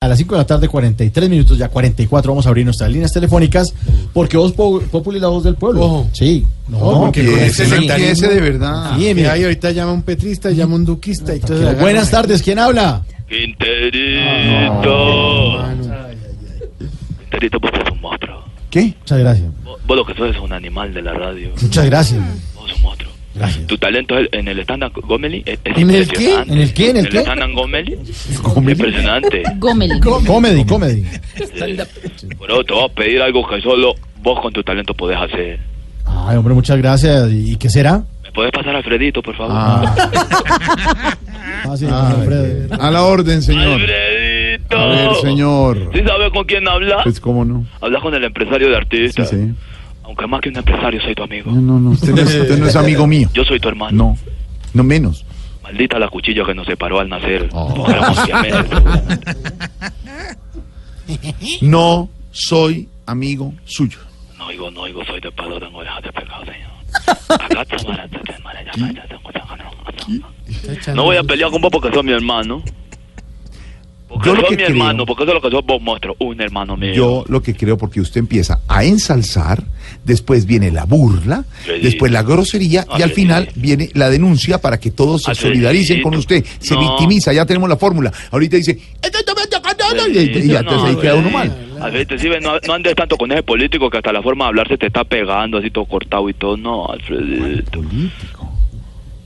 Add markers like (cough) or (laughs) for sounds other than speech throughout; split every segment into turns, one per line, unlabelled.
A las 5 de la tarde, 43 minutos, ya 44, vamos a abrir nuestras líneas telefónicas porque Voz Po- Populi, la voz del pueblo.
Ojo.
Sí.
No, porque
que-
con ese
sí.
sectarismo ese de verdad.
Sí,
que
mire.
hay, ahorita llama un petrista, llama un duquista y todo.
Buenas tardes, ¿quién habla? Ah,
Quinterito. Quinterito, vos sos un monstruo.
¿Qué? Muchas gracias.
Vos, vos lo que sos es un animal de la radio.
Muchas gracias.
Vos sos un monstruo.
Gracias.
Tu talento es- en el stand-up comedy es, es
¿En el
impresionante.
qué? ¿En el qué? ¿En el qué?
stand-up comedy es impresionante.
Gómez.
Comedy, comedy.
Por otro, te vas a pedir algo que solo vos con tu talento podés hacer.
Ay, hombre, muchas gracias. ¿Y qué será?
¿Me podés pasar a Alfredito, por favor?
Ah, sí, Alfredo.
A la orden, señor.
¡Alfredito!
A ver, señor.
¿Sí sabes con quién hablas?
Pues cómo no.
Hablas con el empresario de
Sí,
artistas.
sí.
Aunque más que un empresario, soy tu amigo.
No, no, no. Usted no, es, usted no es amigo mío.
Yo soy tu hermano.
No. No menos.
Maldita la cuchilla que nos separó al nacer.
Oh.
Porque éramos
(laughs)
siameses.
No soy amigo suyo.
No oigo, no oigo, soy de palo, tengo orejas de pecado, señor. Acá está mal, está mal, ya, ya, ya, tengo tanga, no, no. No voy a pelear con vos porque sos mi hermano. Porque
Yo lo
sos
que
mi
creo-
hermano, porque eso es lo que sos vos, monstruo. Un hermano mío.
Yo lo que creo, porque usted empieza a ensalzar, después viene la burla,
Alfredito.
después la grosería y al
Alfredito.
final viene la denuncia para que todos se
Alfredito.
solidaricen con usted. Se
No.
victimiza, ya tenemos la fórmula. Ahorita dice, "Esto no me toca nada", y y ya entonces ahí queda uno mal.
Alfredito, sí, ve, no, no andes tanto con ese político que hasta la forma de hablar se te está pegando así todo cortado y todo. No, Alfredito.
Político.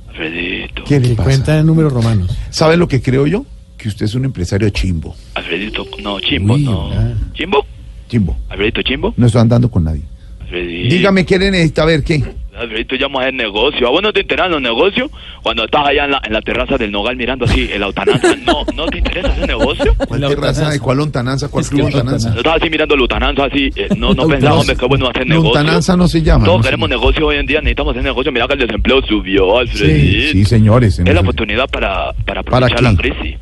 Alfredito.
¿Qué le
Que
pasa?
cuenta en números romanos.
¿Sabe lo que creo yo? Que usted es un empresario chimbo.
Alfredito, no, chimbo,
Uy,
no.
ah.
¿Chimbo?
Chimbo.
Alfredito, chimbo.
No estoy andando con nadie.
Alfredito.
Dígame qué le necesita a ver qué.
Alfredito llama a hacer negocio. ¿A vos no te interesan los negocios? Cuando estás allá en la, en la terraza del Nogal mirando así el autananza, ¿no, ¿no te interesa ese negocio?
¿Cuál
La
terraza de
lontananza.
cuál lontananza? ¿Cuál
Es
club
que
lontananza?
No estás así mirando el autananza así, eh, no, no pensás, hombre, qué bueno hacer negocio.
Lontananza no se llama.
Todos
no se
queremos
llama.
negocio hoy en día, necesitamos hacer negocio. Mira que el desempleo subió,
Sí,
Alfredito.
sí, señores.
es la
hemos-
oportunidad para, para
¿Para
aprovechar la
qué?
crisis.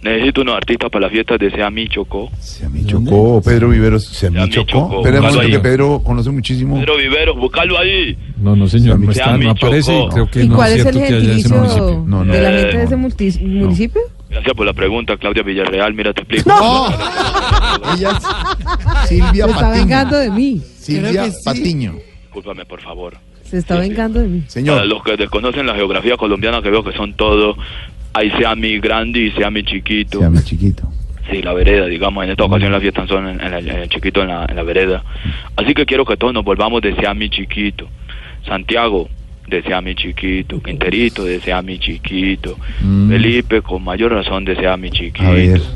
Necesito unos artistas para la fiesta de Seami Chocó.
Se a mí chocó, Pedro Viveros. Se a
Se a
mí
mí
chocó.
chocó.
Pero es
Búscalo
momento que
ahí.
Pedro conoce muchísimo.
Pedro Viveros, buscalo ahí.
No, no, señor, no
Se
está,
llama
no aparece. y
Chocó.
Creo que
¿Y
no
cuál es
cierto
el
que haya ese
gentilicio
municipio.
No, no,
de la
no,
gente de ese
no.
multi- municipio?
Gracias por la pregunta, Claudia Villarreal. Mira, te explico. (laughs)
¡No! ¡Oh! Ella es Silvia
Se está vengando
Patiño.
de mí.
Silvia Patiño.
Discúlpame, por favor.
Se está vengando de mí.
Para
Señor,
los que desconocen la geografía colombiana, que veo que son todos, ahí sea mi grande y sea mi chiquito.
se a mí chiquito.
Sí, la vereda, digamos, en esta ocasión las fiestas son en, en la- en el chiquito, en la, en la vereda. Así que quiero que todos nos volvamos de sea mi chiquito. Santiago, de sea mi chiquito. Quinterito, de sea mi chiquito. Felipe, con mayor razón, de sea
Mm.
mi
A ver.
chiquito.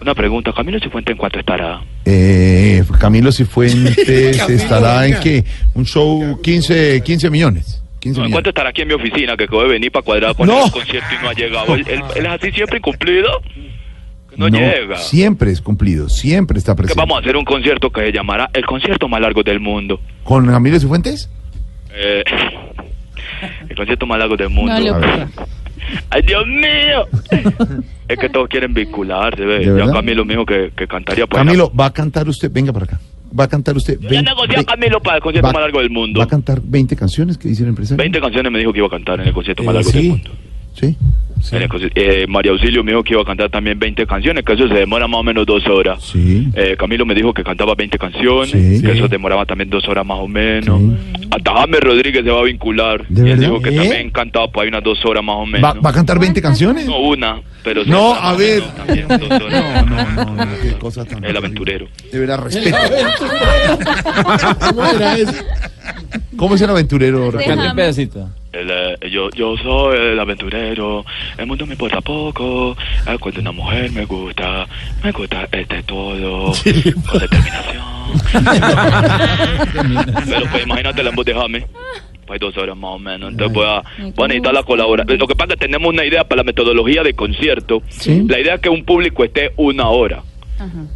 Una pregunta, Camilo Cifuente, ¿en cuánto estará?
Eh, Camilo Cifuentes este, estará en qué? Un show 15, 15 millones. 15
No, ¿En cuánto
millones.
estará aquí en mi oficina que acabo de venir para cuadrar con
No.
el concierto y no ha llegado? ¿Él, él- él es así siempre incumplido? Que No,
No,
llega.
Siempre es cumplido, siempre está
Que
presente.
vamos a hacer un concierto que se llamará el concierto más largo del mundo.
¿Con Camilo Cifuentes?
Eh, (laughs) el concierto más largo del
No le
mundo.
A ver.
¡Ay, Dios mío! es que todos quieren vincularse,
¿De
¿ve? Ya
verdad?
Camilo mismo que, que cantaría por
Camilo, va a cantar usted, venga para acá. Va a cantar usted.
Ya
vein-
negoció a
ve-
Camilo para el concierto
va-
más largo del mundo.
Va a cantar 20 canciones que dice el empresario.
20 canciones me dijo que iba a cantar en el concierto más
Eh,
largo del
sí.
mundo.
Sí.
En el conci- eh, María Auxilio me dijo que iba a cantar también 20 canciones, que eso se demora más o menos dos horas.
Sí.
Eh, Camilo me dijo que cantaba 20 canciones,
Sí.
que
Sí.
eso demoraba también dos horas más o menos. Hasta James Rodríguez se va a vincular.
¿De
y él
verdad?
dijo que
¿Eh?
también cantaba por ahí unas dos horas más o menos.
¿Va, va a cantar 20 canciones?
No una, pero sí
No,
otra
a
más o
ver.
menos
(laughs)
también, dos horas.
no, no, no, qué cosa tan.
El aventurero.
De verdad, respeto. (laughs) ¿Cómo es el aventurero? Ricardo?
Cante un pedacito.
El, eh, yo, yo soy el aventurero, el mundo me importa poco, eh, cuando una mujer me gusta, me gusta este
(laughs)
todo, con determinación. Pero pues imagínate la voz de James, pues dos horas más o menos, entonces pues, voy a, voy a necesitar la colaboración. Lo que pasa es que tenemos una idea para la metodología de concierto,
Sí.
la idea es que un público esté una hora.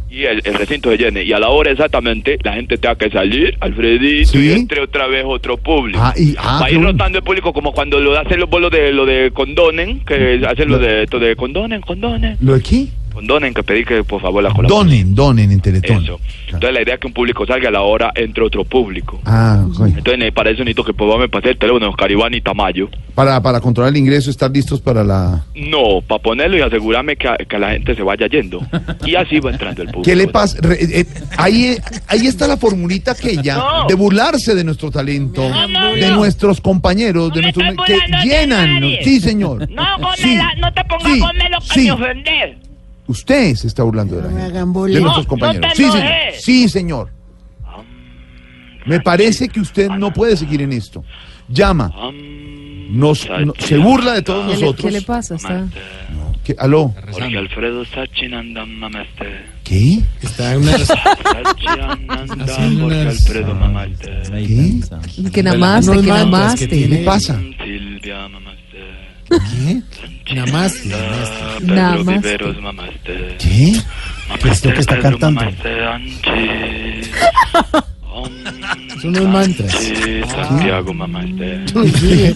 y el, el recinto se llene. Y a la hora exactamente la gente tenga que salir, Alfredito,
Sí.
y entre otra vez otro público.
Ah, y- ah,
Va a
qué
ir
bueno.
rotando el público como cuando lo hacen los bolos de lo de condonen, que hacen lo de esto de condonen, condonen,
¿Lo de aquí?
condonen, que pedí que por favor la colaboren.
Donen, donen en Teletón.
Eso. Entonces la idea es que un público salga a la hora entre otro público.
Ah, güey.
Entonces eh, para eso necesito que por favor me pase el teléfono de Oscar Iván y Tamayo.
Para, para controlar el ingreso, estar listos para la...
No, para ponerlo y asegurarme que, que la gente se vaya yendo. Y así
(laughs)
va entrando el público.
¿Qué le pasa? Re- eh, ahí, eh, ahí está la formulita aquella
No.
de burlarse de nuestro talento,
no,
de
no.
nuestros compañeros, de
No me
nuestros
estoy
que
burlando de
llenan.
nadie.
Sí, señor.
No, gómela,
Sí,
no te pongas
sí,
gómelo que
sí.
me ofender.
Usted se está burlando de la gente, de
No,
nuestros
no
compañeros.
te
sí,
enojes.
señor. Sí, señor. Me parece que usted no puede seguir en esto. Llama,
Am,
nos, no- se burla de todos
¿Qué le, qué
nosotros.
le pasa? Está-
¿Qué? ¿Aló?
Jorge Alfredo Sachinandam Mamaste.
¿Qué?
Está en una
(laughs)
Sachinandam
Haciendo
Jorge
unas-
Alfredo Mamaste.
¿Qué?
Que namaste,
Unos
que
mantras
namaste.
que tiene.
¿Qué pasa?
Silvia Mamaste.
¿Qué?
Namaste.
Ah, Pedro
Namaste.
Viveros Mamaste.
¿Qué?
Mamaste,
es lo que está
Pedro
cantando?
Mamaste, Anchi. Om,
Son unos mantras.
Anchi, Santiago Mamaste.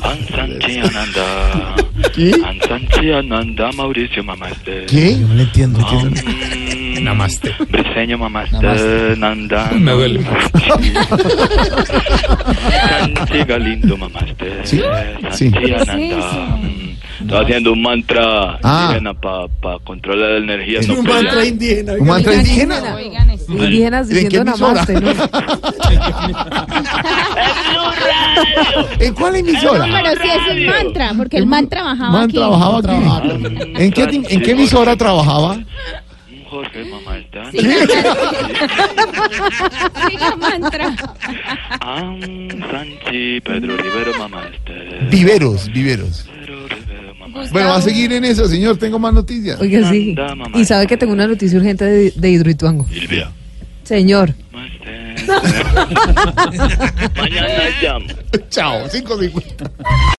Ansanchi Ananda.
¿Qué?
Ansanchi Ananda Mauricio Mamaste.
¿Qué?
Yo no le entiendo. ¿qué
(laughs)
es?
Namaste. Briseño Mamaste.
Namaste.
(laughs)
Nanda.
Me duele.
Santi Galindo Mamaste.
Sí, sí.
Santi Ananda. Estaba haciendo un mantra
Ah.
indígena para controlar la energía.
Es
no
un
pelear.
indígena.
¿Un mantra indígena?
Indígena. Indígenas
¿En qué
diciendo
emisora?
namaste, ¿no?
(laughs) ¿En cuál emisora?
No, pero sí es un mantra, porque el man trabajaba
Man
aquí.
trabajaba, trabajaba. ¿En qué, ti- ¿En qué emisora trabajaba?
Jorge Mamaste.
(laughs) Sí, el mantra.
Am Sanchi Ah, Pedro Rivero Mamaste.
Viveros, viveros.
Pedro Rivero Mamaste.
Bueno, va a seguir en eso, señor. Tengo más noticias.
Oiga, sí.
Anda, mamá.
Y sabe que tengo una noticia urgente de, de Hidroituango.
(laughs)
Silvia.
Señor,
Mamaste. Mañana llamo.
Chao, 5.50.